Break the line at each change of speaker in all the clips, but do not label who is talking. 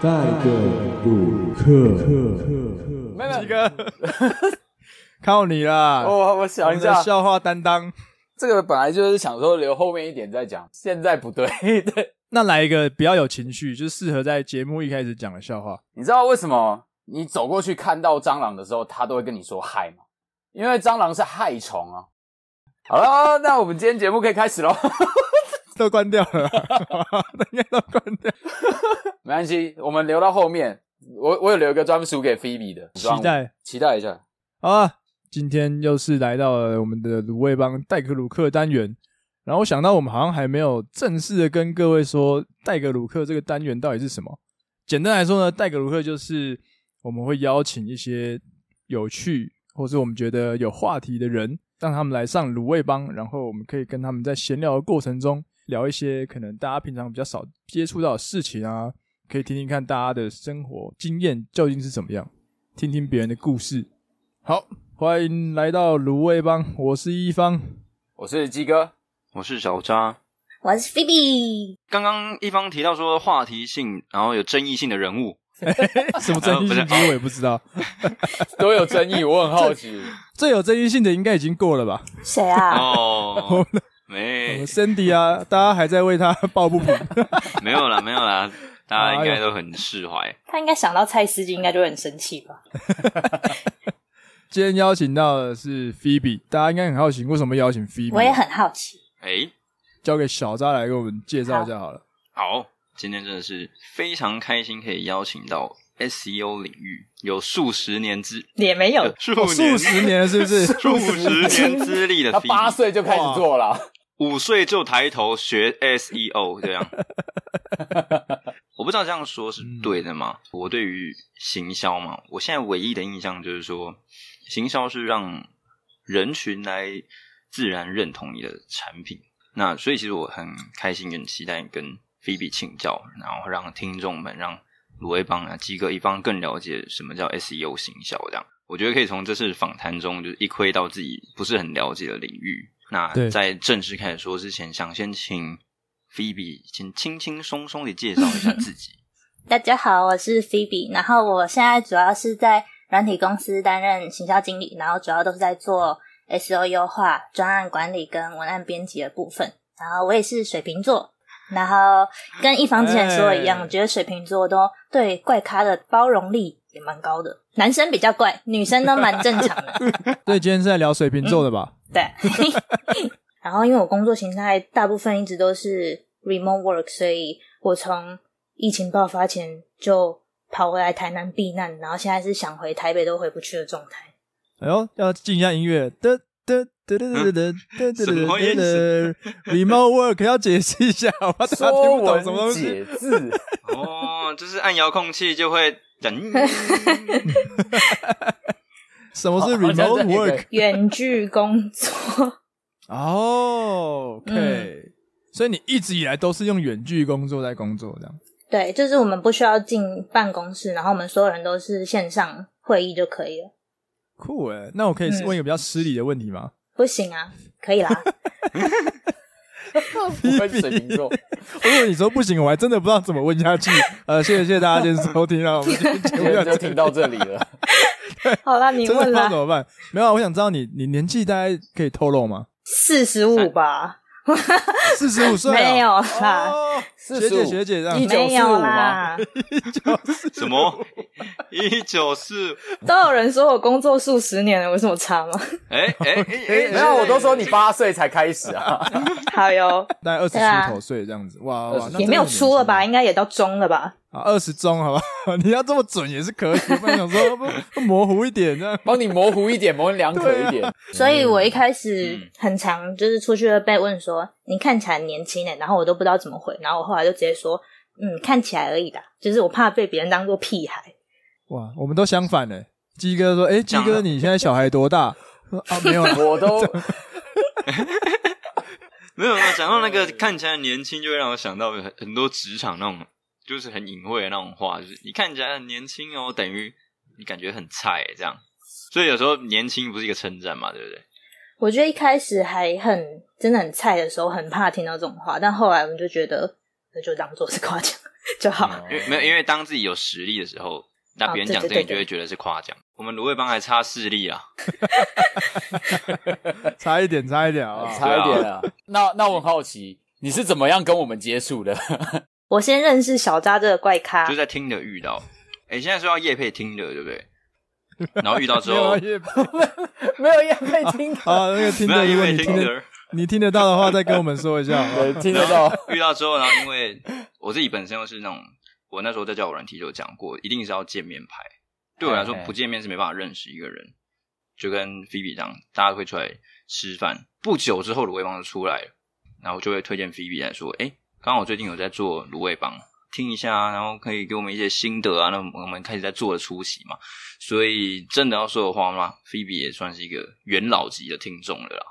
带个补课，
没有
鸡哥， 靠你啦！
我我
我
想一
们的
下，
笑话担当。
这个本来就是想说留后面一点再讲，现在不对。 对，
那来一个比较有情绪，就是适合在节目一开始讲的笑话。
你知道为什么你走过去看到蟑螂的时候，它都会跟你说嗨吗？因为蟑螂是害虫啊。好了，那我们今天节目可以开始喽。
都关掉了啦， 应该都关掉。
没关系，我们留到后面。我我有留一个专门属给 Phoebe 的，
期待
期待一下。
好啊！今天又是来到了我们的卤味帮戴格鲁克单元。然后我想到我们好像还没有正式的跟各位说戴格鲁克这个单元到底是什么。简单来说呢，戴格鲁克就是我们会邀请一些有趣或是我们觉得有话题的人，让他们来上卤味帮，然后我们可以跟他们在闲聊的过程中聊一些可能大家平常比较少接触到的事情啊，可以听听看大家的生活经验究竟是怎么样，听听别人的故事。好，欢迎来到卤味帮，我是一 方。
我是鸡哥，
我是小渣。
我是 Phoebe，
刚刚一方提到说话题性，然后有争议性的人物，
什么争议性？其实我也不知道。
都有争议，我很好奇。
最有争议性的应该已经过了吧？
谁啊？
哦，
我
没
们 Cindy 啊，大家还在为他抱不平。
没有啦，没有啦，大家应
哎
该
呦
都很释怀。
他应该想到蔡司机，应该就会很生气吧？
今天邀请到的是 Phoebe，大家应该很好奇为什么邀请 Phoebe。
我也很好奇。
哎，
交给小扎来给我们介绍一下好了。
好，今天真的是非常开心，可以邀请到 SEO 领域有数十年资，
也没有，
数
哦数
年
十年了是不是？
数十年资历的
他
f
八
i
岁就开始做了，
五岁就抬头学 SEO 这样。 我不知道这样说是对的吗？我对于行销嘛，我现在唯一的印象就是说，行销是让人群来自然认同你的产品。那所以其实我很开心，也很期待跟菲比请教，然后让听众们、让鲁威帮啊、鸡哥一方更了解什么叫 SEO 行销。这样，我觉得可以从这次访谈中，就是一窥到自己不是很了解的领域。那
对
在正式开始说之前，想先请菲比先轻轻松松的介绍一下自己。
大家好，我是 Phoebe，然后我现在主要是在软体公司担任行销经理，然后主要都是在做 SEO 优化、专案管理跟文案编辑的部分。然后我也是水瓶座，然后跟一方之前说的一样，
哎
我觉得水瓶座都对怪咖的包容力也蛮高的，男生比较怪，女生都蛮正常的。
对，今天是在聊水瓶座的吧？
对，然后因为我工作形态大部分一直都是 remote work，所以我从疫情爆发前就跑回来台南避难，然后现在是想回台北都回不去的状态。
哎呦，要进一下音乐。得得得得得得得得得得 Remote work 要解释一下，我怕大家听
说
不懂什么东
文
西。
解 字。
哦，就是按遥控器就会嗯人。
什么是
好好像这
remote
里的
work？
远距工作，
哦，OK，所以
嗯
你一直以来都是用远距工作在工作，这样
对，就是我们不需要进办公室，然后我们所有人都是线上会议就可以了。
酷诶。欸那我可以
嗯
问一个比较失礼的问题吗？
不行啊，可以啦，
不会水瓶座，
嗯
如果你说不行，我还真的不知道怎么问下 去。呃，谢谢谢谢大家今天收听啊，我们今天节
今
目
天
要
就听到这里了。
好啦，你
真的不
问
知道
啦
怎，么办？没有啊，我想知道你你年纪大概可以透露 吗？
四十五吧，
四十五岁啊
没有啦，
哦学
45
姐学姐这样
一九
没
四
有
五吗？
啦，
什 么？一九四？
都有人说我工作数十年了，有什么差吗？
哎哎哎哎！
没有，我都说你八岁才开始啊。
好哟，
大概二十
对啊
出头岁这样子，哇哇，那
也没有出了吧？
真
应该也到中了吧？
的很年轻？啊，二十中好吧， 你要这么准也是可以，我想说不不模糊一点这样。
帮你模糊一点，模棱两可一点。
所以我一开始
嗯
很常就是出去会被问说你看起来很年轻呢、然后我都不知道怎么回，然后我后来就直接说嗯看起来而已啦，就是我怕被别人当做屁孩。
哇，我们都相反呢。鸡哥说：“哎、鸡哥，你现在小孩多大？” 我说啊，没有啦，
我都
没有没有，讲到那个看起来很年轻，就会让我想到很很多职场那种，就是很隐晦的那种话，就是你看起来很年轻哦，等于你感觉很菜这样。所以有时候年轻不是一个称赞嘛，对不对？
我觉得一开始还很真的很菜的时候，很怕听到这种话，但后来我们就觉得那就当做是夸奖。就好。
嗯
因为没有，因为当自己有实力的时候，那别人
哦对
讲这
对
个，你
对
就会觉得是夸奖。我们芦苇帮还差势力啊，
差一点，差一点啊！
差一点啊。那那我很好奇，你是怎么样跟我们接触的？
我先认识小扎这个怪咖
就，在听的遇到。哎，现在说要夜配听的，对不对？然后遇到之
没有
后
啊，，也
没有也配听的，
啊，那个听
没有
得，如
因
果
为
你
听
听得
的，
你听得到的话，再跟我们说一下。 好不好
对听得到。
遇到之后，然后因为我自己本身又是那种，我那时候在交友软体就有讲过，一定是要见面拍。对我来说
嘿嘿，
不见面是没办法认识一个人。就跟菲比这样，大家会出来吃饭，不久之后芦苇帮就出来了，然后就会推荐菲比来说，哎、刚好我最近有在做芦苇帮，听一下啊，然后可以给我们一些心得啊。那我们开始在做的初期嘛，所以真的要说的话嘛，菲比也算是一个元老级的听众了啦。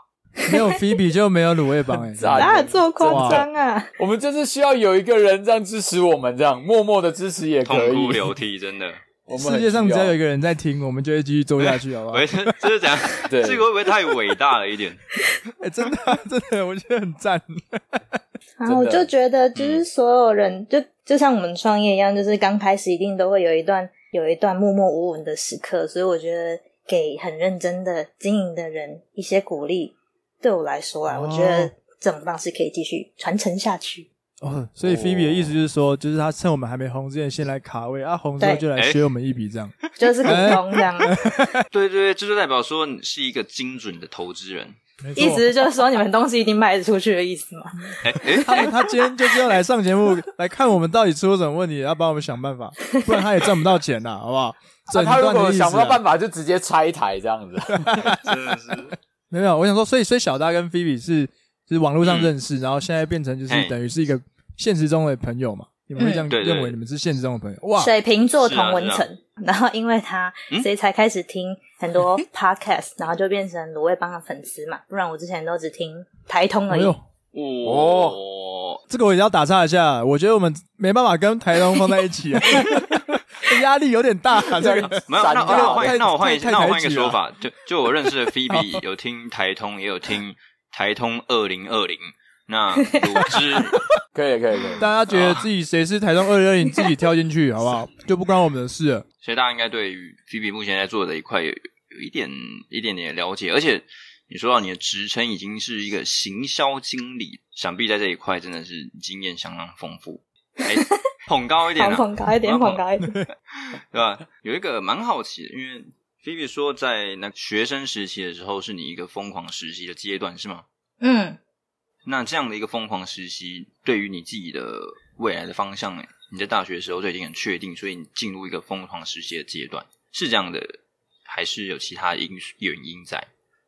没有菲比就没有卤味 帮哎，
渣男
哪有这么夸张啊？
我们就是需要有一个人这样支持我们，这样默默的支持也可
痛
以。
哭流涕，真的。
我们很
世界上只要有一
需
个人在听，我们就会继续做下去，好不好？
喂，这这是怎样？
对
这个会不会太伟大了一点？
哎，真的啊 真的，我觉得很赞。
真
然后
的
我就觉得，就是所有人，就就像我们创业一样，就是刚开始一定都会有一段有一段默默无闻的时刻，所以我觉得给很认真的经营的人一些鼓励，对我来说啊，
哦
我觉得这种方式可以继续传承下去。
哦，所以菲比的意思就是说，就是他趁我们还没红之前先来卡位，啊红之后
对
就来削我们一笔，这样。
就是股东这样，
对对对，这就代表说你是一个精准的投资人。
没错
意思就是说你们东西一定卖得出去的意思吗？
哎哎，
他他今天就是要来上节目，来看我们到底出了什么问题，要帮我们想 办法，不然他也赚不到钱呐，好不好？
要
整
啊他如
段的
果
意思
想不到
啊。
办法，就直接拆台这样子。
真的是
没有，我想说，所以所以小大跟菲比是就是网络上
嗯
认识，然后现在变成就是
嘿
等于是一个现实中的朋友嘛。你们会这样
嗯对对
认为你们是现实中的朋友？哇，
水瓶座
是啊
同文
是啊
层，然后因为他，
嗯
所以才开始听很多 podcast，然后就变成卤味帮的粉丝嘛。不然我之前都只听台通而
哎
已。
呦，
哦，
这个我也要打岔一下，我觉得我们没办法跟台东放在一起，啊 压力有点大。啊这个
没有，那
散掉
那我
太
换那我换一
太
那我换一个
太抬举了
说法，就就我认识的 Phoebe 有听台通，也有听台通二零二零。那鲁之
可以，可以，可以。
大家觉得自己谁是台东二零二零，自己跳进去好不好？就不关我们的事了。
所以大家应该对于 Phoebe 目前在做的一块有有一点一点点了解，而且你说到你的职称已经是一个行销经理，想必在这一块真的是经验相当丰富。哎，捧高一点
好，
啊，
广告一点，
我要
广告一 点。
对吧？有一个蛮好奇的，因为菲比说在那学生时期的时候，是你一个疯狂实习的阶段，是吗？
嗯，
那这样的一个疯狂实习，对于你自己的未来的方向，欸你在大学的时候就已经很确定，所以你进入一个疯狂实习的阶段，是这样的，还是有其他因素原因在？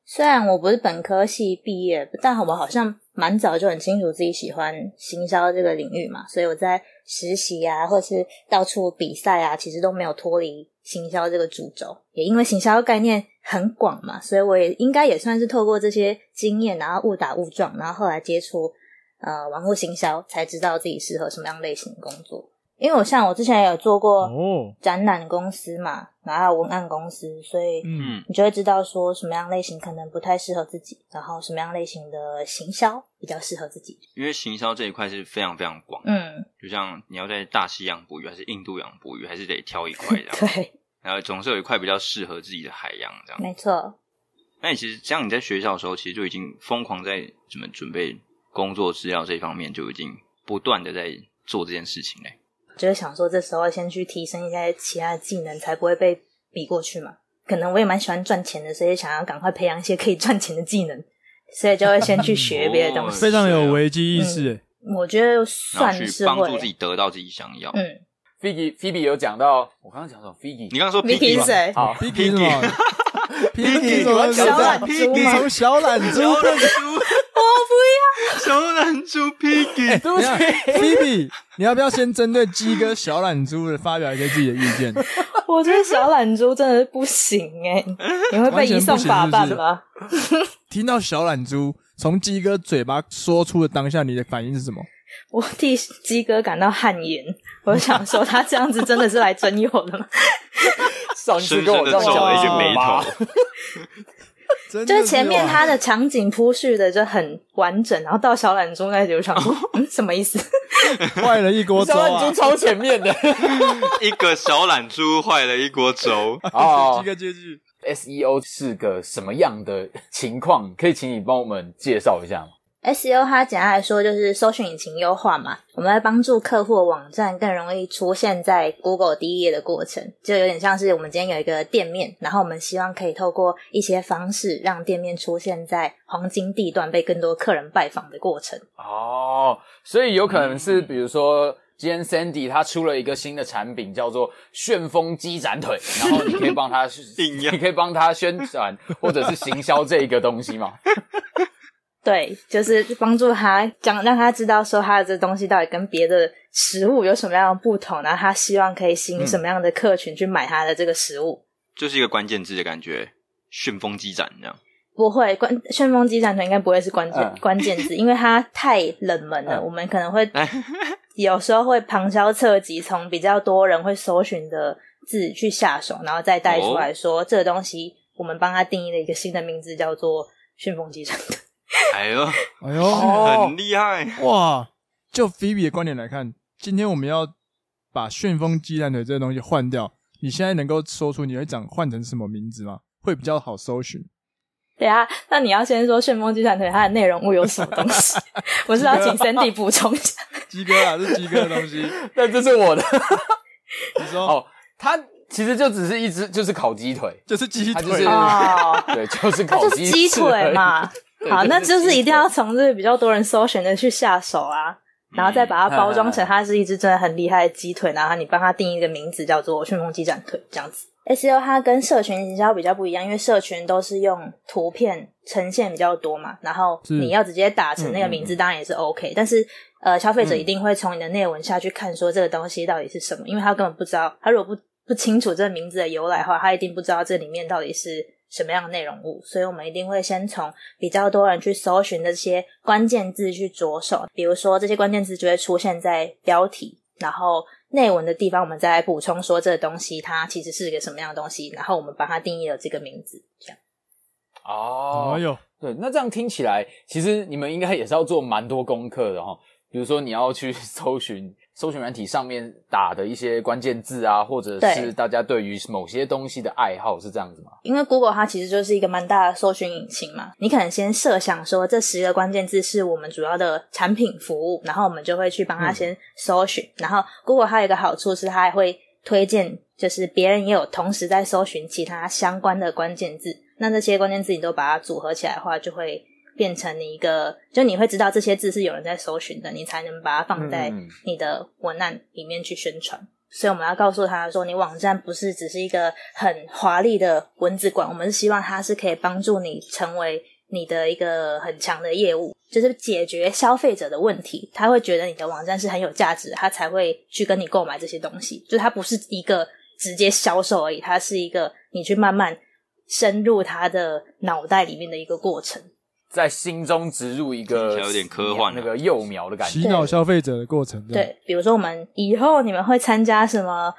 虽然我不是本科系毕业，但我好像蛮早就很清楚自己喜欢行销这个领域嘛，所以我在实习啊，或是到处比赛啊，其实都没有脱离行销这个主轴。也因为行销概念很广嘛，所以我也应该也算是透过这些经验，然后误打误撞，然后后来接触呃网络行销，才知道自己适合什么样类型的工作。因为我像我之前也有做过
哦，
展览公司嘛，然后文案公司，所以
嗯，
嗯，
你就会知道说什么样类型可能不太适合自己，然后什么样类型的行销比较适合自己。
因为行销这一块是非常非常广，
嗯，
就像你要在大西洋捕鱼，还是印度洋捕鱼，还是得挑一块这样，
对，
然后总是有一块比较适合自己的海洋这样。
没错，
那你其实这样，你在学校的时候，其实就已经疯狂在怎么准备工作资料这一方面，就已经不断的在做这件事情嘞。
就是想说这时候先去提升一下其他的技能，才不会被比过去嘛。可能我也蛮喜欢赚钱的，所以想要赶快培养一些可以赚钱的技能， 所以就会先去学别的东西。
非常有危机意识。欸
我觉得
哦然
算
后去
是
帮
会
助自己得到自己想要。
嗯
Figi Figi 有讲到，我刚刚讲什么？Figi
你刚刚说
v i c
Piggy
是
吧
谁？
好，
p i k y 是吗 p i k y
我
小懒猪吗？
从小懒猪
小懒猪，我不要小懒猪 Piggy。
对不起，
Phoebe，你要不要先针对鸡哥小懒猪的发表一些自己的意见？
我觉得小懒猪真的是不行哎、 你会被移送法
完全不行
办
是不是
吗？
听到小懒猪从鸡哥嘴巴说出的当下，你的反应是什么？
我替鸡哥感到汗颜。我想说，他这样子真的是来整我 的吗？
上次
深
跟
深
我
的
这样
皱
讲
了一句眉
妈
头，
真的
就是哦前面
哇
他哦的场景铺叙的就很完整，然后到小懒猪那里，我想说，嗯，什么意思？
坏了一锅
我
粥
想到已
啊
经！超前 面的
一个小懒猪坏了一锅粥。
哦
这个结局
SEO E 是个什么样的情况？可以请你帮我们介绍一下吗？
SEO 它 E 简单来说就是搜寻引擎优化嘛，我们会帮助客户的网站更容易出现在 Google 第一页的过程，就有点像是我们今天有一个店面，然后我们希望可以透过一些方式让店面出现在黄金地段，被更多客人拜访的过程。
哦，所以有可能
嗯
是比如说。今天 Sandy 他出了一个新的产品，叫做旋风鸡斩腿，然后你可以帮他，
硬要
你可以帮他宣传或者是行销这一个东西嘛？
对，就是帮助他讲，让他知道说他的这东西到底跟别的食物有什么样的不同，然后他希望可以
嗯
吸引什么样的客群去买他的这个食物。
就是一个关键字的感觉，旋风激展这样。
不会，关旋风机战团应该不会是关键、
嗯
关键字，因为它太冷门了。
嗯
我们可能会有时候会旁敲侧击，从比较多人会搜寻的字去下手，然后再带
哦
出来说、这个东西，我们帮他定义了一个新的名字，叫做旋风机战团。
哎呦，
哎呦，
哦
很厉害！
哇！就菲比的观点来看，今天我们要把旋风鸡蛋腿这个东西换掉，你现在能够说出你会讲换成什么名字吗？会比较好搜寻。
对啊，那你要先说旋风机战团它的内容物有什么东 西？我是要请 Sandy 补充一下。
鸡哥啊，是鸡哥的 东西。你
那这是我的
说，
哦，它其实就只是一只，就是烤鸡腿，
就是鸡
它
腿。
就是
哦，
对，就是
它
烤
就是鸡
翅而
腿
已
嘛。
对
好，那就是一定要
鸡腿
从这个比较多人搜寻的去下手啊，然后再把它包装成它是一只真的很厉害的鸡腿，然后你帮它定一个名字叫做“旋风鸡展腿”这样子。SEO 它跟社群营销比较不一样，因为社群都是用图片呈现比较多嘛，然后
是
你要直接打成那个名字当然也是 OK，、但是呃，消费者
嗯
一定会从你的内文下去看说这个东西到底是什么，因为他根本不知道，他如果不不清楚这个名字的由来的话，他一定不知道这里面到底是什么样的内容物，所以我们一定会先从比较多人去搜寻这些关键字去着手，比如说这些关键字就会出现在标题，然后内文的地方我们再来补充说这个东西它其实是一个什么样的东西，然后我们把它定义了这个名字，这样。
哦
哎，呦，
对，那这样听起来，其实你们应该也是要做蛮多功课的哈、哦。比如说，你要去 搜寻搜寻软体上面打的一些关键字啊，或者
对
是大家对于某些东西的爱好，是这样子吗？
因为 Google 它其实就是一个蛮大的搜寻引擎嘛，你可能先设想说这十个关键字是我们主要的产品服务，然后我们就会去帮
嗯
它先搜寻。然后 Google 它有一个好处是它还会推荐，就是别人也有同时在搜寻其他相关的关键字，那这些关键字你都把它组合起来的话，就会变成你一个，就你会知道这些字是有人在搜寻的，你才能把它放在
嗯嗯嗯
你的文案里面去宣传。所以我们要告诉他说，你网站不是只是一个很华丽的文字馆，我们是希望它是可以帮助你成为你的一个很强的业务，就是解决消费者的问题，他会觉得你的网站是很有价值，他才会去跟你购买这些东西。就是它不是一个直接销售而已，它是一个你去慢慢深入他的脑袋里面的一个过程。
在心中植入一个
听起来有点科幻啊
那个幼苗的感觉，
洗脑消费者的过程。这样，
对，比如说我们以后你们会参加什么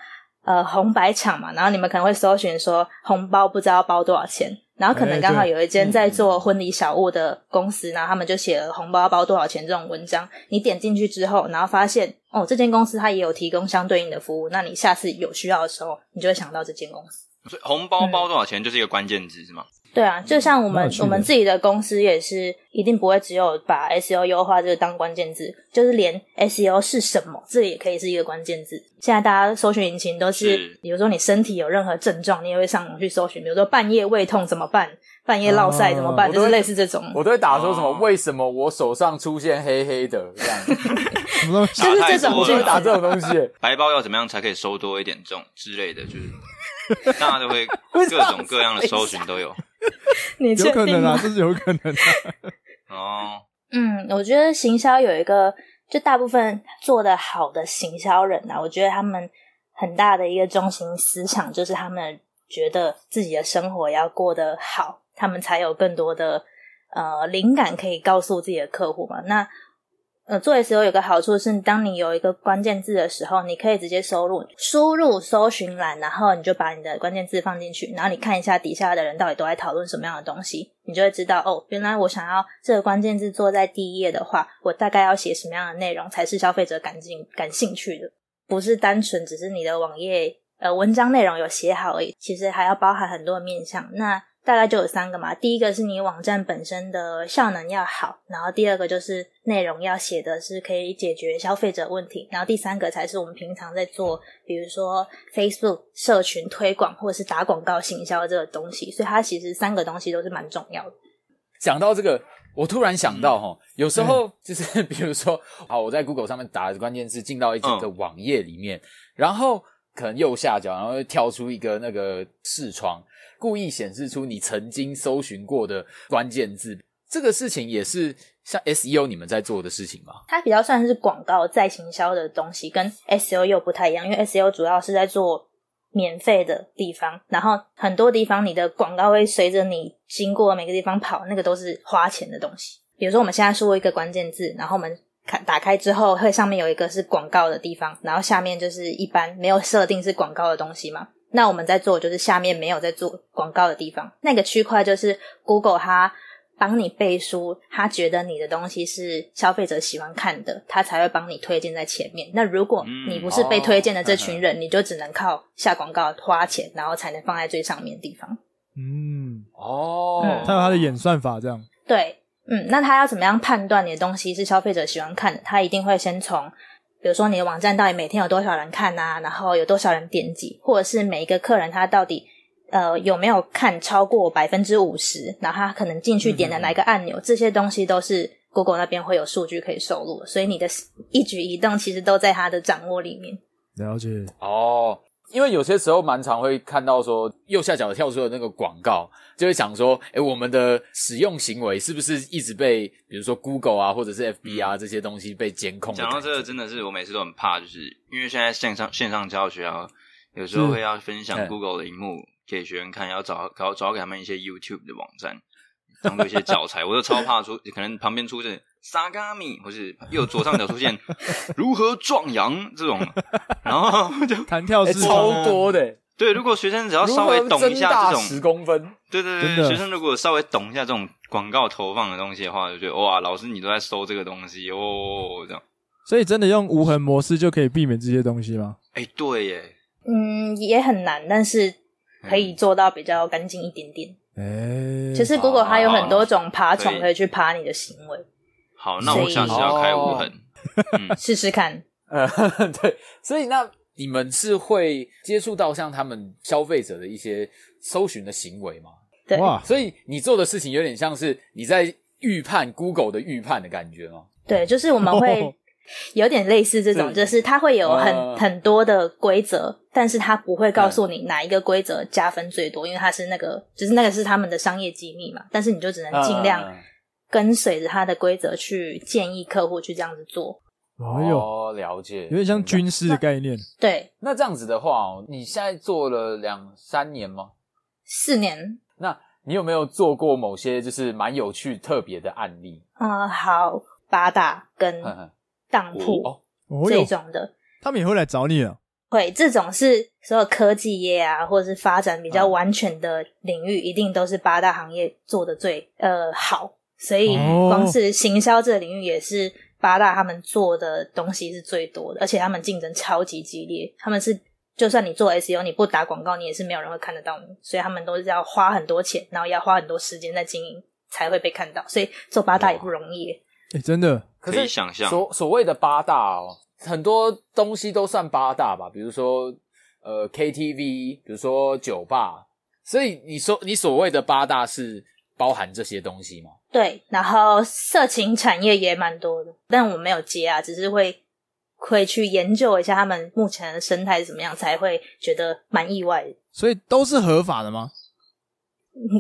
呃红白场嘛，然后你们可能会搜寻说红包不知道包多少钱，然后可
哎
能刚好
对
有一间在做婚礼小物的公司，然后他们就写了红包包多少钱这种文章，你点进去之后，然后发现哦这间公司它也有提供相对应的服务，那你下次有需要的时候，你就会想到这间公司。
所以红包包多少钱就是一个关键字是吗？
对啊，就像我
蛮
们
有趣的
我们自己的公司也是，一定不会只有把 SEO 优化这个当关键字，就是连 SEO 是什么，这也可以是一个关键字。现在大家搜寻引擎都是，
是
比如说你身体有任何症状，你也会上网去搜寻，比如说半夜胃痛怎么办，半夜落晒怎么办，
哦
就是类似这种。
我都会打说什么、
哦
为什么我手上出现黑黑的这样，
什么东西？
就是
打太
这种
多了
我都
句
会
子
打这种东西。
白包要怎么样才可以收多一点这种之类的，就是 大家都会各种各样的搜寻都有
你确
有可
定
能
吗
啊，？这是有 可能啊。
哦。
嗯，我觉得行销有一个，就大部分做得好的行销人啊，我觉得他们很大的一个中心思想就是他们觉得自己的生活要过得好，他们才有更多的呃灵感可以告诉自己的客户嘛。那呃，做 SEO 有个好处是，当你有一个关键字的时候，你可以直接收录输入搜寻栏，然后你就把你的关键字放进去，然后你看一下底下的人到底都在讨论什么样的东西，你就会知道哦，原来我想要这个关键字做在第一页的话，我大概要写什么样的内容才是消费者感兴感兴趣的，不是单纯只是你的网页呃文章内容有写好而已，其实还要包含很多面向。那大概就有三个嘛。第一个是你网站本身的效能要好，然后第二个就是内容要写的是可以解决消费者问题，然后第三个才是我们平常在做，比如说 Facebook 社群推广或者是打广告行销这个东西。所以它其实三个东西都是蛮重要的。
讲到这个，我突然想到哈，有时候就是 比如说，好，我在 Google 上面打的关键字进到一整个网页里面，然后可能右下角，然后会跳出一个那个视窗，故意显示出你曾经搜寻过的关键字。这个事情也是像 SEO 你们在做的事情吗？
它比较算是广告再行销的东西，跟 SEO 又不太一样，因为 SEO 主要是在做免费的地方，然后很多地方你的广告会随着你经过每个地方跑，那个都是花钱的东西。比如说我们现在输入一个关键字，然后我们看打开之后，会上面有一个是广告的地方，然后下面就是一般没有设定是广告的东西嘛。那我们在做就是下面没有在做广告的地方，那个区块就是 Google 它帮你背书，他觉得你的东西是消费者喜欢看的，他才会帮你推荐在前面。那如果你不是被推荐的这群人，你就只能靠下广告花钱，然后才能放在最上面的地方。
嗯，
哦，
嗯
它有它的演算法这样。
对，嗯，那他要怎么样判断你的东西是消费者喜欢看的？他一定会先从，比如说你的网站到底每天有多少人看啊，然后有多少人点击，或者是每一个客人他到底呃有没有看超过百分之五十，然后他可能进去点了哪一个按钮，这些东西都是 Google 那边会有数据可以收录的，所以你的一举一动其实都在他的掌握里面。
了解，
哦，因为有些时候蛮常会看到说右下角跳出的那个广告，就会想说，诶，我们的使用行为是不是一直被比如说 Google 啊，或者是 FB 啊、这些东西被监控的
讲
感觉？
到这个，真的是我每次都很怕，就是因为现在线上线上教学啊，有时候会要分
嗯
享 Google 的荧幕给学员看，要找搞找给他们一些 YouTube 的网站，当做一些教材。我就超怕出，可能旁边出现 Sagami，或是右左上角出现如何壮阳这种，然后我就
弹跳
诶
市场
哎超多的、
对，如果学生只要
如
稍微
何
懂一
增
下
大
这种
十公分，
对对
真的
对，学生如果稍微懂一下这种广告投放的东西的话，就觉得哇，老师你都在搜这个东西哦，这样。
所以真的用无痕模式就可以避免这些东西吗？
哎，对耶，
嗯，也很难，但是可以做到比较干净一点点。
哎、
其实 Google 它有很多种爬
哦
虫可以去爬你的行为，
好，那
所以
我下次要开无痕。
哦
嗯
试试看。
呃，对，所以那你们是会接触到像他们消费者的一些搜寻的行为吗？
对，
哇，
所以你做的事情有点像是你在预判 Google 的预判的感觉吗？
对，就是我们会
哦
有点类似这种，
是
就是它会有很、
呃
很多的规则，但是它不会告诉你哪一个规则加分最多，因为它是那个，就是那个是他们的商业机密嘛。但是你就只能尽量
嗯
跟随着它的规则去建议客户去这样子做。
哎呦，
哦，了解，
有点像军师的概念。
对，
那这样子的话哦，你现在做了两三年吗？
四年，
那你有没有做过某些就是蛮有趣特别的案例？
嗯、好，八大跟
哼哼
当铺、
哦
哦
这
呦，
种的，
他们也会来找你啊。
会，这种是所有科技业啊，或者是发展比较
嗯
完全的领域，一定都是八大行业做的最呃好，所以
哦
光是行销这个领域也是八大他们做的东西是最多的，而且他们竞争超级激烈，他们是就算你做 SEO 你不打广告，你也是没有人会看得到你，所以他们都是要花很多钱，然后要花很多时间在经营才会被看到，所以做八大也不容易。
哎、真的，
可
可
是
以想象
所所谓的八大哦，很多东西都算八大吧，比如说呃 KTV，比如说酒吧，所以你说你所谓的八大是包含这些东西吗？
对，然后色情产业也蛮多的，但我没有接啊，只是会会去研究一下他们目前的生态是怎么样，才会觉得蛮意外的。
所以都是合法的吗？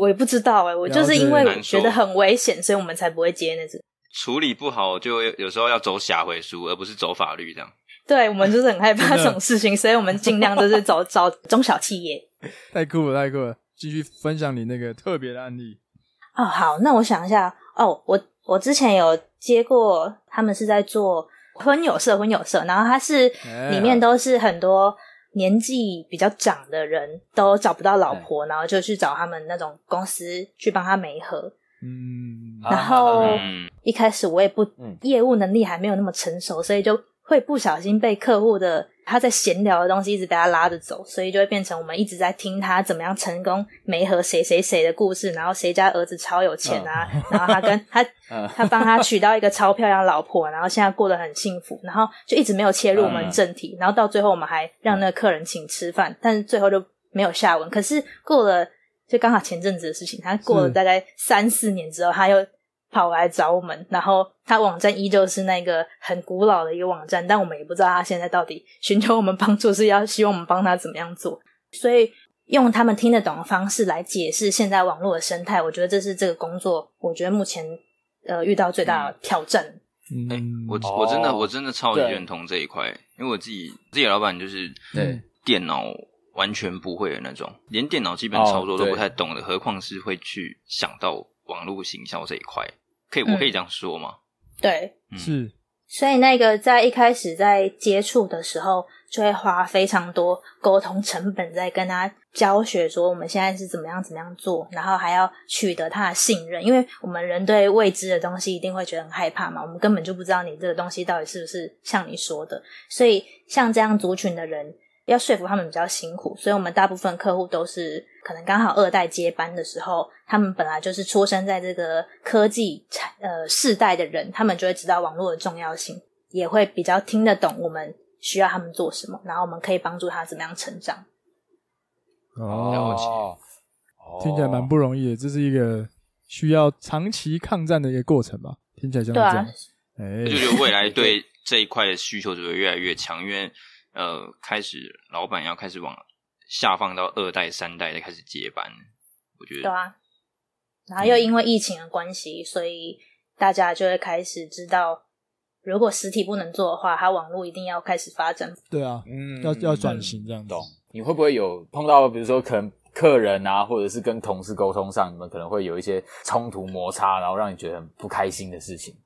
我也不知道哎、我就是因
了
为
解
觉得很危险，所以我们才不会接那只。
处理不好，就会有时候要走下回书，而不是走法律这样。
对，我们就是很害怕
真的
这种事情，所以我们尽量就是找找中小企业。
太酷了，太酷了！继续分享你那个特别的案例。
哦，好，那我想一下哦，我我之前有接过，他们是在做婚友社，婚友社，然后它是
哎
里面都是很多年纪比较长的人都找不到老婆，然后就去找他们那种公司去帮他媒合。
嗯，
啊
然后
嗯，
一开始我也不、
嗯
业务能力还没有那么成熟，所以就会不小心被客户的他在闲聊的东西一直被他拉着走，所以就会变成我们一直在听他怎么样成功没和谁谁谁的故事，然后谁家儿子超有钱啊，然后他跟他
嗯
他帮他娶到一个超漂亮老婆，然后现在过得很幸福，然后就一直没有切入我们正题，然后到最后我们还让那个客人请吃饭，但是最后就没有下文。可是过了就刚好前阵子的事情，他过了
是
大概三四年之后，他又跑来找我们，然后他网站依旧是那个很古老的一个网站，但我们也不知道他现在到底寻求我们帮助是要希望我们帮他怎么样做，所以。用他们听得懂的方式来解释现在网络的生态，我觉得这是这个工作，我觉得目前呃遇到最大的挑战。
哎
嗯，
我
哦
我真的我真的超级
对
认同这一块，因为我自己自己的老板就是
对
电脑完全不会的那种，连电脑基本
哦
操作都不
对
太懂的，何况是会去想到网络行销这一块？可以，
嗯
我可以这样说吗？
对，
嗯
是
所以那个在一开始在接触的时候，就会花非常多沟通成本在跟他教学，说我们现在是怎么样怎么样做，然后还要取得他的信任，因为我们人对未知的东西一定会觉得很害怕嘛，我们根本就不知道你这个东西到底是不是像你说的，所以像这样族群的人。要说服他们比较辛苦，所以我们大部分客户都是可能刚好二代接班的时候，他们本来就是出生在这个科技产呃世代的人，他们就会知道网络的重要性，也会比较听得懂我们需要他们做什么，然后我们可以帮助他怎么样成长。
了解
哦，
听起来蛮不容易的，这是一个需要长期抗战的一个过程吧？听起来像是
对
这
啊
样，，哎
我就觉得未来对这一块的需求只会越来越强，因为呃，开始老板要开始往下放到二代、三代再开始接班，我觉
对
得
啊。然后又因为疫情的关系，所以大家就会开始知道，如果实体不能做的话，它网络一定要开始发展。
对啊，
嗯
要要转型这样子
懂？你会不会有碰到，比如说可能客人啊，或者是跟同事沟通上，你们可能会有一些冲突摩擦，然后让你觉得很不开心的事情？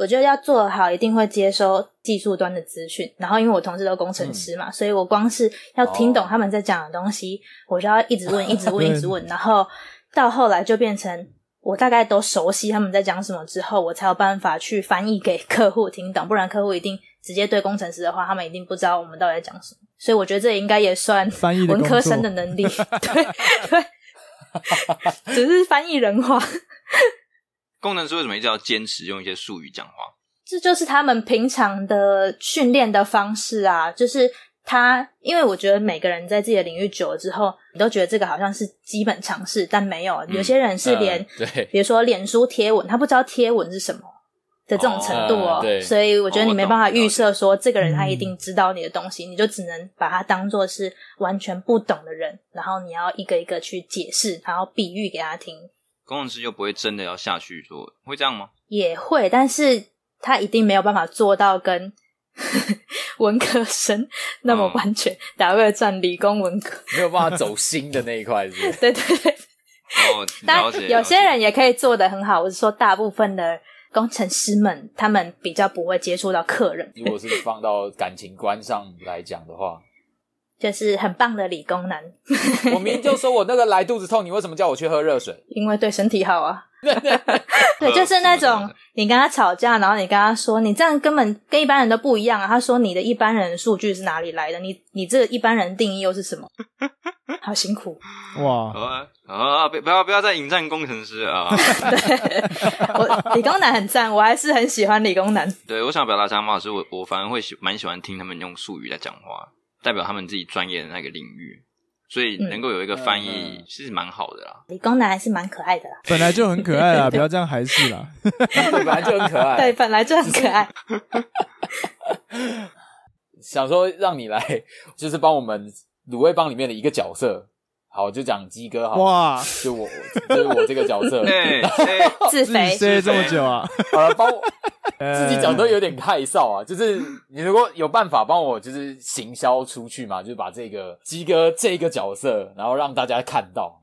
我觉得要做好，一定会接收技术端的资讯。然后，因为我同事都工程师嘛，所以我光是要听懂他们在讲的东西，我就要一直问、一 直问、
对
一直问。然后到后来就变成我大概都熟悉他们在讲什么之后，我才有办法去翻译给客户听懂。不然客户一定直接对工程师的话，他们一定不知道我们到底在讲什么。所以我觉得这应该也算
翻译的
文
工
科
作
生的能力， 对对， 只是翻译人话。
工程师为什么一直要坚持用一些术语讲话？
这就是他们平常的训练的方式啊，就是他，因为我觉得每个人在自己的领域久了之后，你都觉得这个好像是基本常识，但没有，
嗯
有些人是连，
呃对，
比如说脸书贴文，他不知道贴文是什么的这种程度
哦
哦，
对
所以我觉得你没办法
哦我懂嗯
预设说这个人他一定知道你的东西，你就只能把他当做是完全不懂的人，然后你要一个一个去解释，然后比喻给他听，
工程师又不会真的要下去说，会这样吗？
也会，但是他一定没有办法做到跟 文科生那么完全，大家会占理工文科。
没有办法走心的那一块，是不是？
对对对，
哦，
但
了解。
有些
了解
人也可以做得很好。我是说，大部分的工程师们，他们比较不会接触到客人，
如果是放到感情观上来讲的话，
就是很棒的理工男，
我明明就说我那个来肚子痛，你为什么叫我去喝热 水？
因为对身体好啊。对，
呃
就是那
什么
种你跟他吵架，然后你跟他说你这样根本跟一般人都不一样啊。他说你的一般人数据是哪里来的？你你这个一般人定义又是什么？好辛苦。
哇，
啊啊！不不要不要再迎战工程师啊！
我理工男很赞，我还是很喜欢理工男。
对，我想表达想法是我我反而会喜蛮喜欢听他们用术语来讲话，代表他们自己专业的那个领域，所以能够有一个翻
嗯
译是蛮好的 啦。
理工男还是蛮可爱的啦，
本来就很可爱 啊啦，不要这样还是啦。
本来就很可爱，
对，本来就很可爱。
想说让你来，就是帮我们卤味帮里面的一个角色。好，就讲鸡哥好了，
哇，
就我就是我这个角 色。
哎哎，
自
自己
肥，
塞这么久啊，
好了，帮我 自己讲都
的
有点害臊啊。就是你如果有办法帮我，就是行销出去嘛， 就是把这个鸡哥这个角色，然后让大家看到。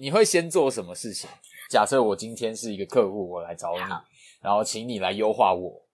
你会先做什么事情？假设我今天是一个客户，我来找你，然后请你来优化我。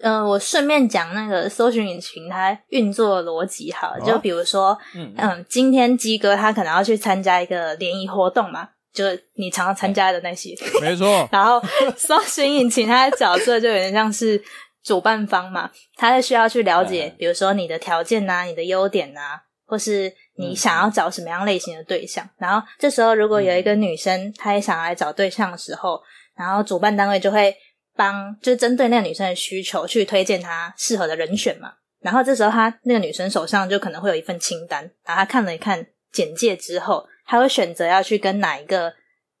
嗯，我顺便讲那个搜寻引擎它运作的逻辑好了，
哦
就比如说，
嗯
嗯，今天鸡哥他可能要去参加一个联谊活动嘛，就是你常常参加的那些，，
没错
然后搜寻引擎它的角色就有点像是主办方嘛，它是需要去了解
嗯，
比如说你的条件呐、你的优点呐、啊或是你想要找什么样类型的对象。然后这时候如果有一个女生，她也想来找对象的时候，然后主办单位就会帮，就是针对那个女生的需求去推荐她适合的人选嘛。然后这时候她那个女生手上就可能会有一份清单，然后她看了一看简介之后，她会选择要去跟哪一个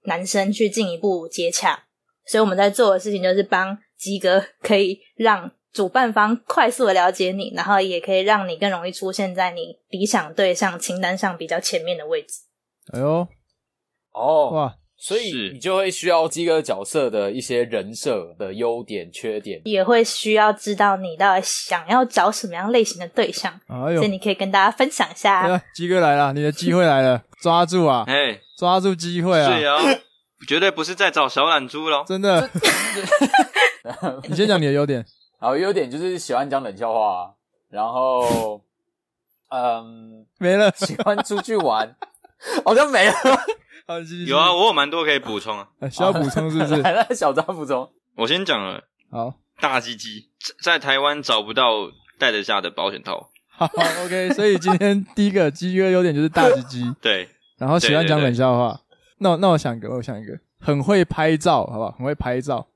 男生去进一步接洽。所以我们在做的事情就是帮鸡哥可以让主办方快速的了解你，然后也可以让你更容易出现在你理想对象清单上比较前面的位置。
哎呦
哦，
哇，
所以
是
你就会需要鸡哥角色的一些人设的优点、缺 点。
也会需要知道你到底想要找什么样类型的对象，
哎呦
所以，你可以跟大家分享一
哎
下。
呀鸡哥来了，你的机会 来了，抓住啊，
哎，
抓住机会
对
啊，
啊，绝对不是在找小懒猪喽。
真的，你先讲你的优点，
然后优点就是喜欢讲冷笑话啊，然后，嗯，
没了，
喜欢出去玩， 好像没了。
好继续
有啊，，我有蛮多可以补充啊。
哎需要补充是不 是？
来了小张补充。
我先讲了，
好，
大鸡鸡在在台湾找不到戴得下的保险套。
好，OK，所以今天第一个鸡哥优点就是大鸡 鸡，
对，
然后喜欢讲
对对对
冷笑话。那我那我想一个，我想一个，很会拍照，好不好？很会拍照。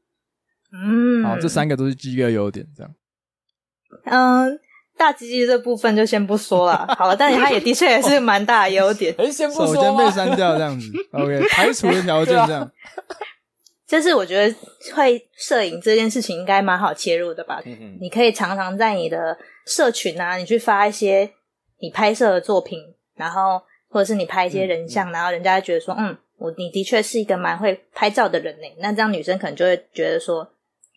嗯，
好，这三个都是鸡哥的优点，这样。
嗯，大鸡鸡这部分就先不说 了。好了，但是它也的确也是蛮大的优点，
哎，先不
首
说
先
吗
被删掉 这样子，OK，排除的条件这样。
就是我觉得会摄影这件事情应该蛮好切入的吧。
嗯哼
你可以常常在你的社群啊，你去发一些你拍摄的作品，然后或者是你拍一些人像，然后人家就觉得说，嗯，我你的确是一个蛮会拍照的人呢。那这样女生可能就会觉得说，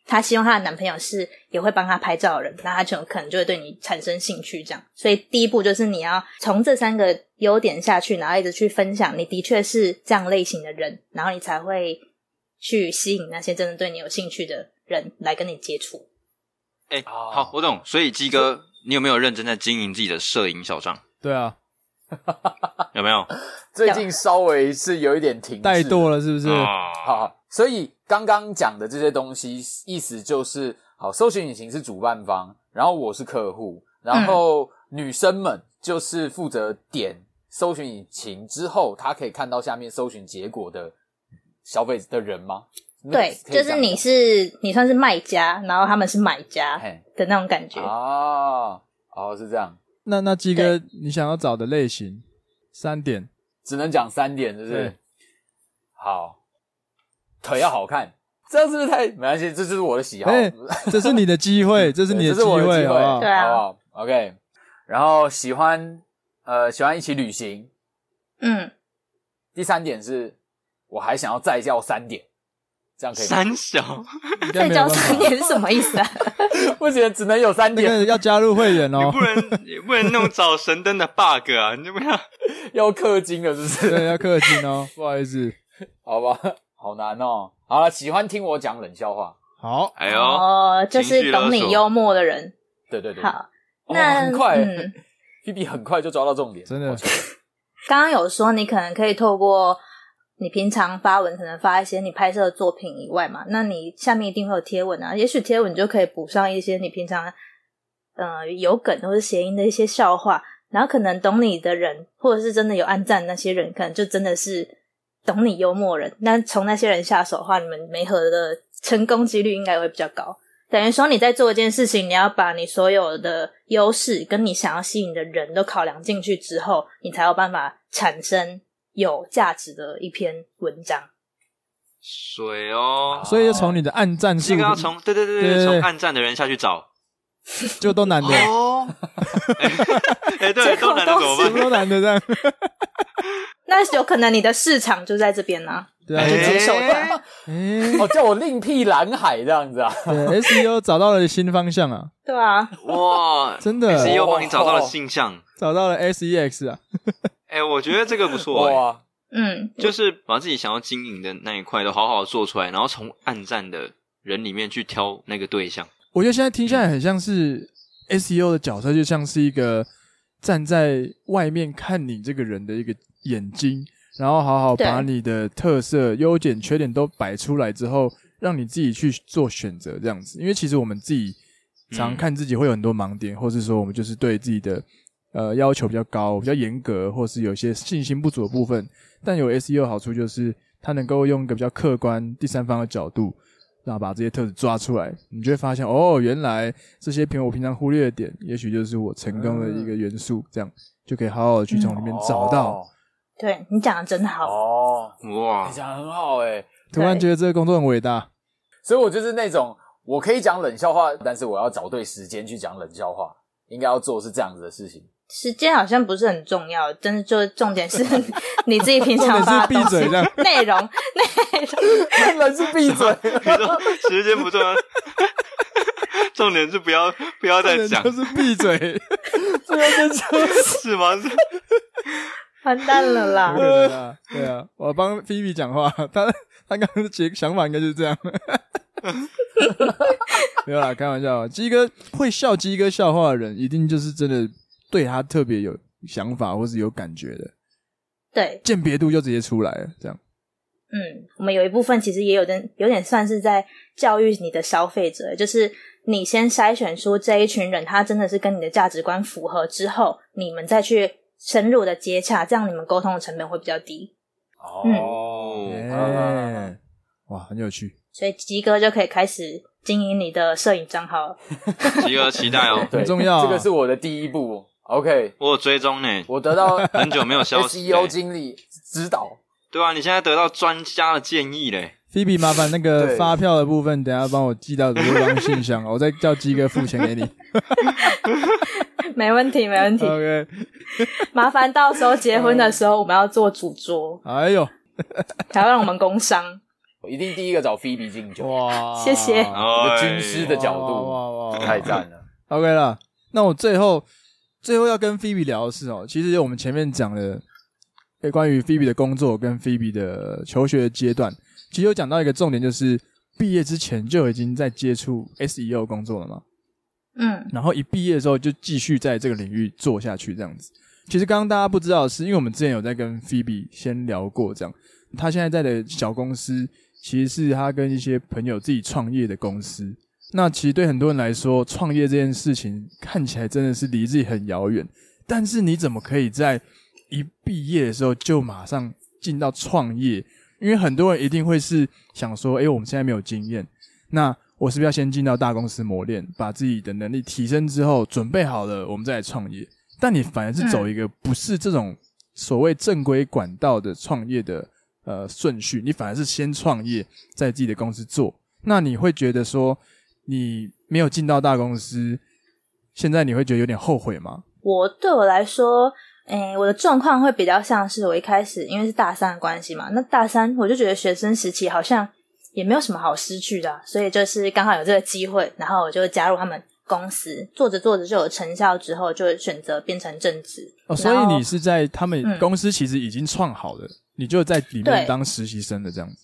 她希望她的男朋友是也会帮她拍照的人，那她就可能就会对你产生兴趣。这样，所以第一步就是你要从这三个优点下去，然后一直去分享，你的确是这样类型的人，然后你才会去吸引那些真的对你有兴趣的人来跟你接触。
哎、
哦
好，我懂。所以鸡哥，你有没有认真在经营自己的摄影小账？
对啊，
有没有？
最近稍微是有一点停滞
怠惰了是不是？
啊
好，好，所以刚刚讲的这些东西，意思就是，好，搜寻引擎是主办方，然后我是客户，然
嗯
后女生们就是负责点搜寻引擎之后，她可以看到下面搜寻结果的消费的人吗？
对，
可以
就
这
是
样
你
讲
是你算是卖家，然后他们是买家
嘿
的那种感觉。
啊，哦，是这样，
那那鸡哥，你想要找的类型三点，
只能讲三点，是不是
对？
好，腿要好看，这样是不是太没关系？这就是我的喜好。
哎 这是你的 机会，这
这
是你的
是
机
我的
会，好不好
对？
好
啊
不好？OK，然后喜欢呃喜欢一起旅行。
嗯，
第三点是，我还想要再叫三点，这样可以吗？
三小，
应该
再
没有
交
办
三
法。
年是什么意思啊？
不行，只能有三
那
点，
个要加入会员
你
哦
不，能你不能弄找神灯的 bug 啊！你怎么样？
要氪金了，是不是？
对，要氪金哦，不好意思。
好吧，好难哦。好了，喜欢听我讲冷笑话，
好，
哎呦，
哦，就
情绪
是
勒索
懂你幽默的人。
对对对，
好，
哦
那
很快
嗯，
，P P 很快就抓到重点，
真的
抱歉
刚刚有说你可能可以透过你平常发文，可能发一些你拍摄的作品以外嘛，那你下面一定会有贴文啊，也许贴文就可以补上一些你平常呃有梗或是谐音的一些笑话，然后可能懂你的人，或者是真的有暗赞那些人，可能就真的是懂你幽默人，那从那些人下手的话，你们媒合的成功几率应该会比较高。等于说你在做一件事情，你要把你所有的优势跟你想要吸引的人都考量进去之后，你才有办法产生有价值的一篇文章。
水哦，
所以就从你的暗战
鸡
术
哥要从对对对
对
对，
对对
从暗战的人下去找。
就都难的，
哦，哎、 对，
结果
都难的怎么
都
什么
办？
都难的这样。
那有可能你的市场就在这边啦、
对啊，
哎
那就直接手段。
哎
哦，叫我另辟蓝海这样子啊。
对，SEO 找到了新方向啊，
对啊，
哇
真的
E ，SEO 帮你找到了性向。
找到了 SEX 啊，
哎、我觉得这个不错、哎
哇，
嗯，
就是把自己想要经营的那一块都好好做出来，然后从暗战的人里面去挑那个对象。
我觉得现在听下来很像是 SEO 的角色，就像是一个站在外面看你这个人的一个眼睛，然后好好
对
把你的特色、优点、缺点都摆出来之后，让你自己去做选择，这样子。因为其实我们自己常
嗯
看自己会有很多盲点，或是说我们就是对自己的呃要求比较高、比较严格，或是有一些信心不足的部分。但有 SEO 好处就是它能够用一个比较客观、第三方的角度，然后把这些特质抓出来，你就会发现哦，原来这些平我平常忽略的点，也许就是我成功的一个元素，这样就可以好好的去从里面
嗯
找到。
对你讲的真好，
哦，
哇
你，讲得很好哎、
突然觉得这个工作很伟大，
所以我就是那种我可以讲冷笑话，但是我要找对时间去讲冷笑话，应该要做是这样子的事情。
时间好像不是很重要，真的就重 点是你自己平
重
常
点
发
是
的
闭嘴这样。
内容，内容
人是闭嘴，
你说时间不重要， 重点是不要不 要再讲
就，是闭嘴，
是吗？是
完蛋了 啦！
对啊，对啊，我帮菲比讲话，他他刚刚的结想法应该就是这样， 没有啦，开玩笑啊。鸡哥会笑鸡哥笑话的人，一定就是真的对他特别有想法或是有感觉的，
对，
鉴别度就直接出来了，这样。
嗯，我们有一部分其实也有点有点算是在教育你的消费者，就是你先筛选出这一群人，他真的是跟你的价值观符合之后，你们再去深入的接洽，这样你们沟通的成本会比较低。
哦
哦，
哎，哇，很有趣。
所以吉哥就可以开始经营你的摄影账号了。
极而期待哦，
对，
很重要啊
这个是我的第一步。OK，
我有追踪呢，
我得到
很久没有消息
SEO
嘞。
经理指导。
对啊，你现在得到专家的建议嘞，
菲比，麻烦那个
对
发票的部分，等一下帮我寄到对方信箱，我再叫鸡哥付钱 给你。
没问题，没问题。
OK，
麻烦到时候结婚的时候，我们要做主桌，
哎呦，
还要让我们工商。
我一定第一个找菲比敬
哦
酒，
哇，
谢谢
一个
哦，
军师的角度，
哇哇哇
太赞了。
OK 了，那我最后最后要跟菲比聊的是哦，其实我们前面讲的，诶关于菲比的工作跟菲比的求学阶段，其实有讲到一个重点，就是毕业之前就已经在接触 SEO 工作了嘛，
嗯，
然后一毕业的时候就继续在这个领域做下去，这样子。其实刚刚大家不知道的是，因为我们之前有在跟菲比先聊过，这样，他现在在的小公司其实是他跟一些朋友自己创业的公司。那其实对很多人来说，创业这件事情看起来真的是离自己很遥远，但是你怎么可以在一毕业的时候就马上进到创业？因为很多人一定会是想说，诶，我们现在没有经验，那我是不是要先进到大公司磨练，把自己的能力提升之后，准备好了，我们再来创业？但你反而是走一个不是这种所谓正规管道的创业的呃顺序，你反而是先创业，在自己的公司做，那你会觉得说你没有进到大公司，现在你会觉得有点后悔吗？
我对我来说，诶、我的状况会比较像是我一开始因为是大三的关系嘛，那大三我就觉得学生时期好像也没有什么好失去的啊、所以就是刚好有这个机会，然后我就加入他们公司，做着做着就有成效之后，就选择变成正职。
哦，所以
然后
你是在他们
嗯
公司其实已经创好了，你就在里面
对
当实习生的这样子，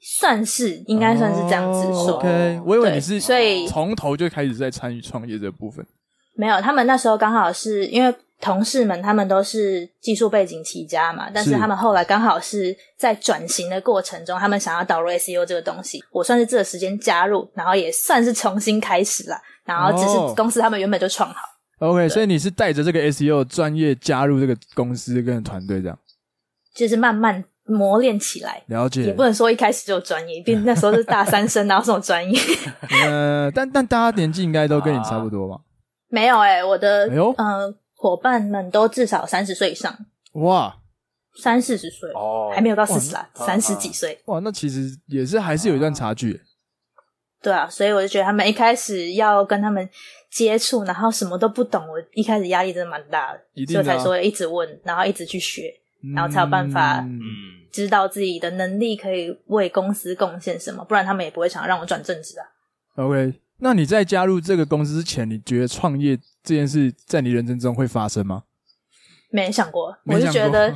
算是应该算是这样子说。
哦 OK，我以为
对
你是
所以
从头就开始在参与创业这部分。
没有，他们那时候刚好是因为同事们他们都是技术背景起家嘛，但是
是
他们后来刚好是在转型的过程中，他们想要导入 SEO 这个东西，我算是这个时间加入，然后也算是重新开始啦，然后只
哦
是公司他们原本就创好，
OK，所以你是带着这个 SEO 专业加入这个公司跟团队这样，
就是慢慢磨练起来。
了解。
也不能说一开始就有专业，毕竟那时候是大 三生，哪有什么专业？
呃，但但大家年纪应该都跟你差不多吧？
没有哎、我的
哎呦
嗯、呃伙伴们都至少三十岁以上，
哇
三四十岁，
哦
还没有到四十啦，
哇
三
啊
十几岁。
哇，那其实也是还是有一段差距。
对啊，所以我就觉得他们一开始要跟他们接触，然后什么都不懂，我一开始压力真的蛮大的，
一定
所以
的啊
我才说一直问，然后一直去学，然后才有办法
嗯
嗯，
知道自己的能力可以为公司贡献什么，不然他们也不会想让我转正职啊。
OK，那你在加入这个公司之前，你觉得创业这件事在你人生中会发生吗？
没想过，
没
我就
想
觉
过
得，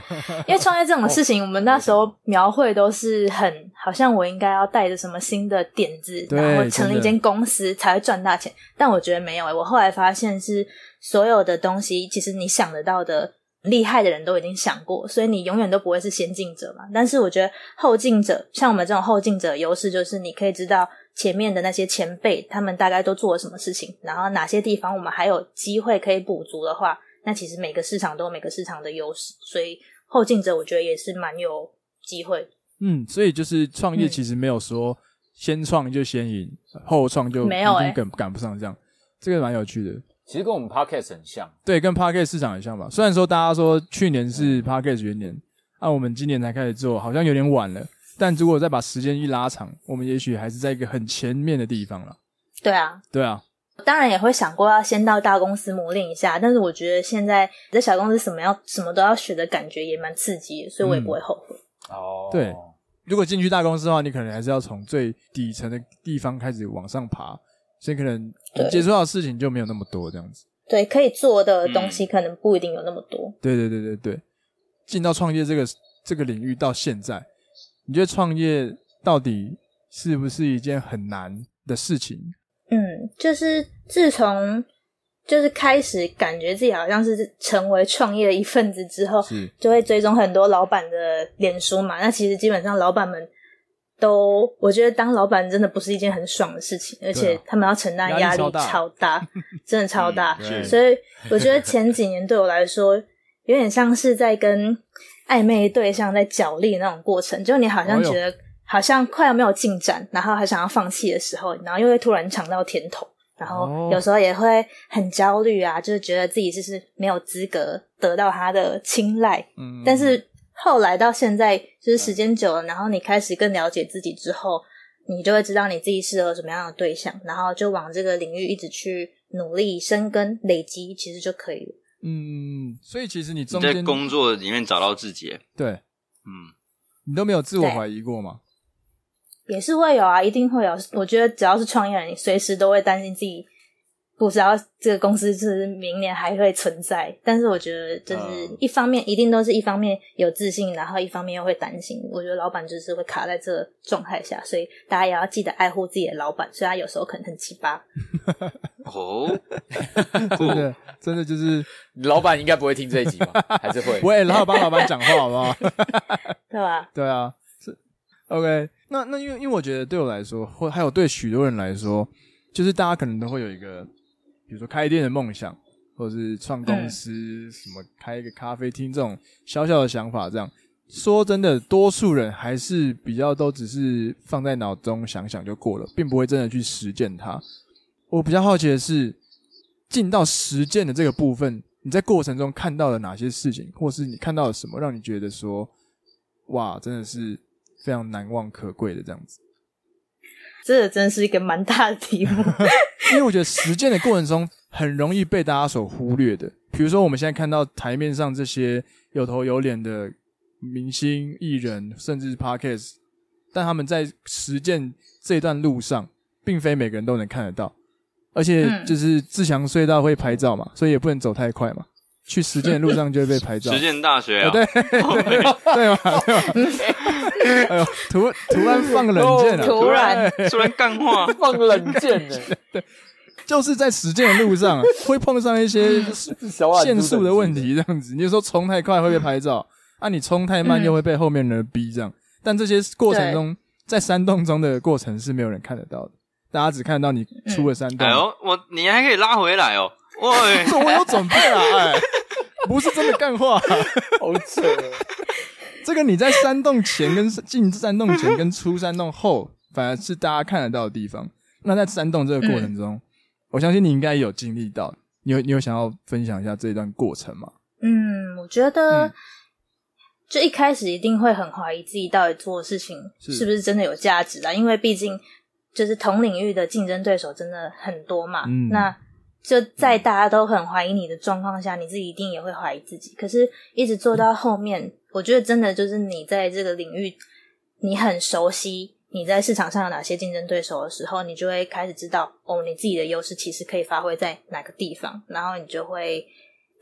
因为创业这种事情，我们那时候描绘都是很好像我应该要带着什么新的点子，
对
然后成立一
真
间公司才会赚大钱。但我觉得没有、欸，我后来发现是所有的东西，其实你想得到的。厉害的人都已经想过，所以你永远都不会是先进者嘛。但是我觉得后进者，像我们这种后进者，优势就是你可以知道前面的那些前辈他们大概都做了什么事情，然后哪些地方我们还有机会可以补足的话，那其实每个市场都有每个市场的优势，所以后进者我觉得也是蛮有机会的。
嗯，所以就是创业
嗯
其实没有说先创就先赢，后创就
没有
一定
欸
赶赶不上这样，这个蛮有趣的。
其实跟我们 podcast 很像，
对，跟 Parket 市场很像吧？虽然说大家说去年
嗯
是 Parket 元年，啊，我们今年才开始做，好像有点晚了。但如果再把时间一拉长，我们也许还是在一个很前面的地方了。
对啊，
对啊，
当然也会想过要先到大公司磨练一下，但是我觉得现在在小公司什么要什么都要学的感觉也蛮刺激的，所以我也不会后悔。
哦，
对如果进去大公司的话，你可能还是要从最底层的地方开始往上爬，所以可能
对
接触到的事情就没有那么多这样子。
对，可以做的东西可能不一定有那么多。
对对对对对，进到创业这个这个领域到现在，你觉得创业到底是不是一件很难的事情？
嗯，就是自从就是开始感觉自己好像是成为创业的一份子之后，
是
就会追踪很多老板的脸书嘛。那其实基本上老板们都，我觉得当老板真的不是一件很爽的事情，而且他们要承担
啊压
压
力
力
超大
超
啊
大，真 的超大。
嗯
所以我觉得前几年对我来说，有点像是在跟暧昧对象在角力那种过程，就你好像觉得好像快要没有进展，然后还想要放弃的时候，然后又会突然尝到甜头。然
哦
后有时候也会很焦虑啊，就是觉得自己就是没有资格得到他的青睐，
嗯
但是后来到现在，就是时间久了，然后你开始更了解自己之后，你就会知道你自己适合什么样的对象，然后就往这个领域一直去努力深耕累积，其实就可以了。
嗯，所以其实你
你
中
在
间
工作里面找到自己，
对
嗯，
你都没有自我怀疑过 吗？
也是会有啊，一定会有。我觉得只要是创业人，你随时都会担心自己不知道这个公司是明年还会存在。但是我觉得，就是
嗯
一方面一定都是一方面有自信，然后一方面又会担心。我觉得老板就是会卡在这个状态下，所以大家也要记得爱护自己的老板，虽然他有时候可能很奇葩。
哦，
真的，真的就是
老板应该不会听这一集吧？还是 会？
喂，然后帮老板讲话好不好？
对吧？
对啊，是 OK 那。那因为因为我觉得对我来说，或还有对许多人来说，就是大家可能都会有一个，比如说开店的梦想，或者是创公司、什么开一个咖啡厅这种小小的想法。这样说真的，多数人还是比较都只是放在脑中想想就过了，并不会真的去实践它。我比较好奇的是，进到实践的这个部分，你在过程中看到了哪些事情，或是你看到了什么，让你觉得说，哇，真的是非常难忘可贵的这样子。
这真是一个蛮大的题 目。
因为我觉得实践的过程中很容易被大家所忽略的，比如说我们现在看到台面上这些有头有脸的明星、艺人，甚至是 podcast，但他们在实践这段路上，并非每个人都能看得到。而且
嗯
就是自强隧道会拍照嘛，所以也不能走太快嘛。去实践的路上就会被拍照，
实践大学啊，
对对吗？对吗？哎呦，突突然放冷箭了、啊
哦突
突
然
然突然干话，
放冷箭呢？
就是在实践的路 上啊会碰上一些
小碗
限速的问题，这样子。你说冲太快会被拍照，啊，你冲太慢
嗯
又会被后面人逼这样。但这些过程中，在山洞中的过程是没有人看得到的，大家只看到你出了山洞
哎。呦，我你还可以拉回来哦， 喂，
这我有准备啊，哎，不是真的干 话。啊
好扯哦。
这个你在山洞前跟进山洞前跟出山洞后，反而是大家看得到的地方。那在山洞这个过程中，我相信你应该有经历到。你有你有想要分享一下这一段过程吗？
嗯，我觉得
嗯
就一开始一定会很怀疑自己到底做的事情
是
是不是真的有价值啊，因为毕竟就是同领域的竞争对手真的很多嘛。
嗯
那就在大家都很怀疑你的状况下，你自己一定也会怀疑自己。可是，一直做到后面，我觉得真的就是你在这个领域，你很熟悉。你在市场上有哪些竞争对手的时候，你就会开始知道哦，你自己的优势其实可以发挥在哪个地方，然后你就会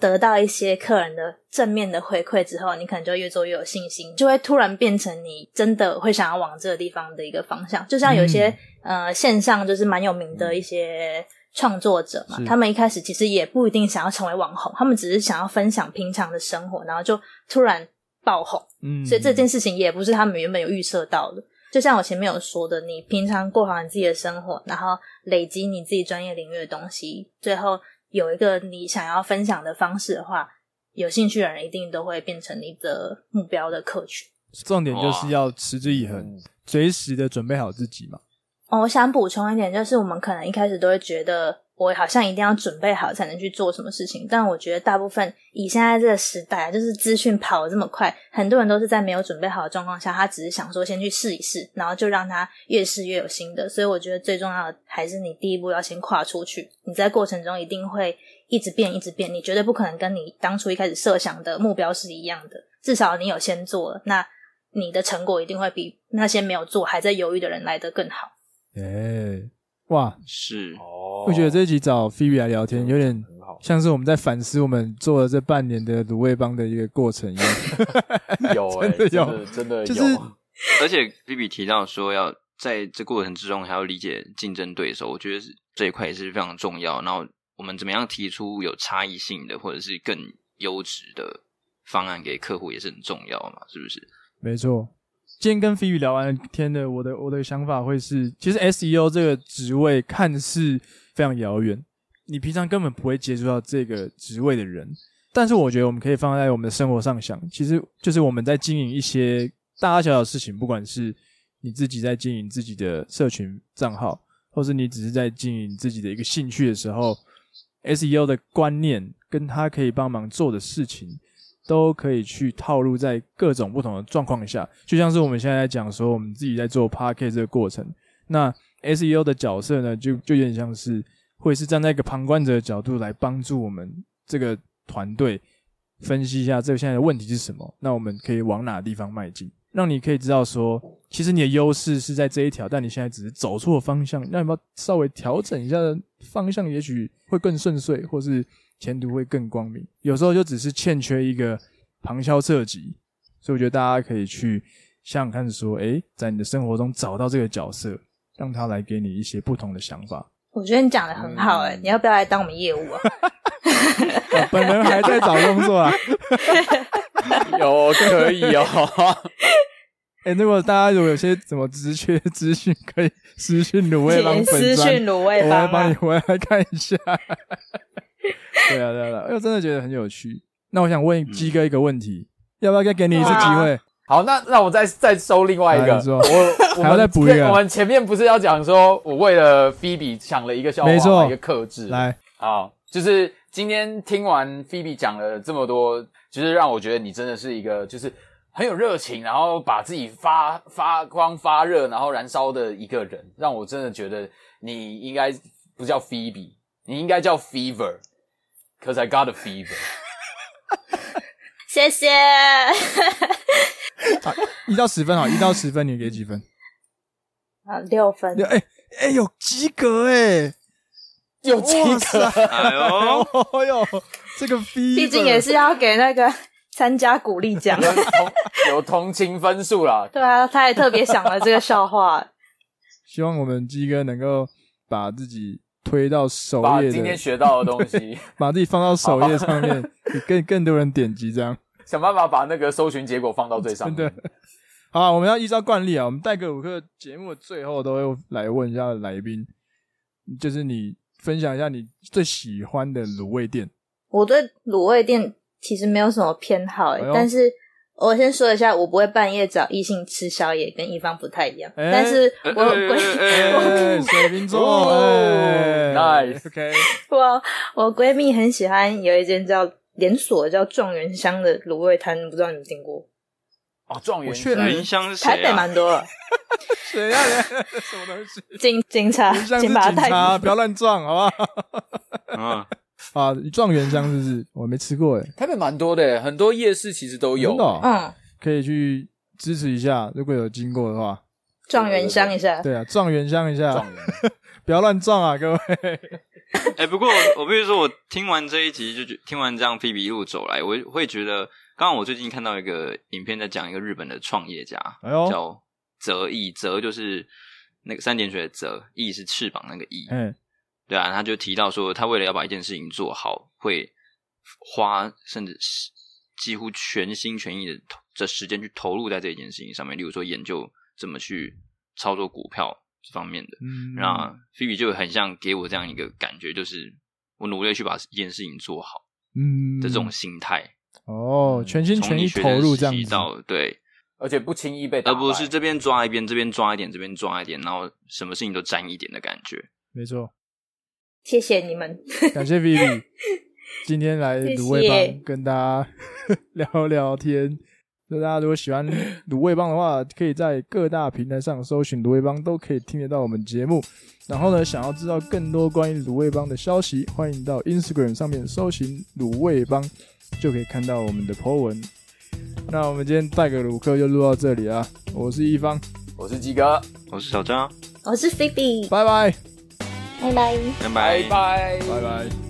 得到一些客人的正面的回馈之后，你可能就越做越有信心，就会突然变成你真的会想要往这个地方的一个方向。就像有一些、呃线上就是蛮有名的一些创作者嘛
嗯是，
他们一开始其实也不一定想要成为网红，他们只是想要分享平常的生活，然后就突然爆红。
嗯，
所以这件事情也不是他们原本有预设到的。就像我前面有说的，你平常过好你自己的生活，然后累积你自己专业领域的东西，最后有一个你想要分享的方式的话，有兴趣的人一定都会变成你的目标的客群。
重点就是要持之以恒，随时的准备好自己嘛。
哦，我想补充一点，就是我们可能一开始都会觉得，我好像一定要准备好才能去做什么事情。但我觉得大部分以现在这个时代，啊就是资讯跑得这么快，很多人都是在没有准备好的状况下，他只是想说先去试一试，然后就让他越试越有新的。所以我觉得最重要的还是你第一步要先跨出去，你在过程中一定会一直变，一直变，你绝对不可能跟你当初一开始设想的目标是一样的。至少你有先做了，那你的成果一定会比那些没有做还在犹豫的人来得更好。
哎、哇，
是
哦
我觉得这一集找菲比来聊天有点
很好，
像是我们在反思我们做了这半年的卤味帮的一个过程一样。
有哎、
真的有
真的真的有，
就是
而且 B B 提到说要在这过程之中还要理解竞争对手，我觉得是这一块也是非常重要。然后我们怎么样提出有差异性的或者是更优质的方案给客户也是很重要嘛，是不是？
没错，今天跟菲比聊完天的，我的我的想法会是，其实 SEO 这个职位看似非常遥远，你平常根本不会接触到这个职位的人，但是我觉得我们可以放在我们的生活上想，其实就是我们在经营一些大大小小的事情，不管是你自己在经营自己的社群账号，或是你只是在经营自己的一个兴趣的时候，SEO 的观念跟他可以帮忙做的事情，都可以去套路在各种不同的状况下。就像是我们现在在讲说，我们自己在做 p a r k e t 这个过程，那 SEO 的角色呢，就就有点像是会是站在一个旁观者的角度来帮助我们这个团队分析一下这个现在的问题是什么，那我们可以往哪地方迈进，让你可以知道说，其实你的优势是在这一条，但你现在只是走错方向，那你要不要稍微调整一下方向，也许会更顺遂，或是前途会更光明。有时候就只是欠缺一个旁敲侧击，所以我觉得大家可以去想想看，说，诶，在你的生活中找到这个角色，让他来给你一些不同的想法。
我觉得你讲的很好哎、
嗯
你要不要来当我们业务啊？
啊本人还在找工作啊。
有可以哦，
哎、如果大家如果有些什么职缺资讯，可以私信卤味帮
请
粉
私
专，
讯卤味
我
帮
会帮你
啊！
回来看一下。 对啊，对啊，对啊，我真的觉得很有趣。那我想
嗯
问鸡哥一个问题，要不要再给你一次机会？
好，那那我再再收另啊外一
来
个，
你说
我我
还要
们
再补一个
前我们前面不是要讲说，我为了 Phoebe 想了一个笑话，
没错
一个克制，
来，
好，就是今天听完 Phoebe 讲了这么多，就是让我觉得你真的是一个就是很有热情，然后把自己发发光发热，然后燃烧的一个人，让我真的觉得你应该不叫 Phoebe，你应该叫 Fever，cause I got a fever。
谢谢，
一到十分好，一到十分你给几分？
啊，六分
哎、，
嗯
哎、有及格哎、
有几
哇
个？
塞！
哎 呦，
哦哟，这个 B，
毕竟也是要给那个参加鼓励奖。
有同有同情分数啦，
对啊，他也特别想了这个笑话。
希望我们鸡哥能够把自己推到首
把
页
今天
的，
学到的东 西，
把自己放到首页 上面，给更更多人点击这样。
想办法把那个搜寻结果放到最上
真
面
的。好啊，我们要依照惯例啊，我们戴格鲁克节目的最后都会来问一下来宾，就是你分享一下你最喜欢的卤味店。
我对卤味店其实没有什么偏好、欸
哎呦
但是我先说一下，我不会半夜找异性吃宵夜，跟一方不太一样。
哎
但是
哎
我
哎
闺
哎哎哎
哎，水瓶座，
哦
哎
nice
OK，
我我闺蜜很喜欢有一间叫连锁叫状元香的卤味摊，不知道你们听过？
哦，状元
我确
香
认
林香是
台
谁
北
啊？
蛮多了，
谁呀？你什么东西？
警 警察
你啊像是
请
警
把它带
察，
走。
不要乱撞，好不
嗯，
好？啊，撞元香是不是？我没吃过哎，
台北蛮多的，很多夜市其实都有。
真的哦
嗯，
可以去支持一下，如果有经过的话。
状元香一下。
对啊，撞元香一下
状，元，
不要乱撞啊，各位。
哎、不过我必须说，我听完这一集就觉，听完这样菲比一路走来，我会觉得，刚刚我最近看到一个影片，在讲一个日本的创业家，
哎呦
叫泽义，泽就是那个三点水的泽，义是翅膀那个义，
哎，
对啊，他就提到说，他为了要把一件事情做好，会花甚至是几乎全心全意的这时间去投入在这一件事情上面，例如说研究怎么去操作股票这方面的。
嗯，
那菲比就很像给我这样一个感觉，就是我努力地去把一件事情做好
嗯
的这种心态，嗯
哦，全心
从
全
你
意
学
投
生
入
时
这样
期
子，
到对，
而且不轻易被打
而
败，
不是这边抓一边，这边抓一点，这边抓一点，然后什么事情都沾一点的感觉。
没错。
谢谢你们。
感谢 Vivi 今天来
谢谢
卤味帮跟大家 聊聊天。那大家如果喜欢卤味帮的话，可以在各大平台上搜寻卤味帮，都可以听得到我们节目。然后呢，想要知道更多关于卤味帮的消息，欢迎到 Instagram 上面搜寻卤味帮，就可以看到我们的 po 文。那我们今天带个鲁克就录到这里啊，我是一方，
我是鸡哥，
我是小张，啊
我是菲比，
拜拜，
拜拜。
拜
拜拜。
拜拜。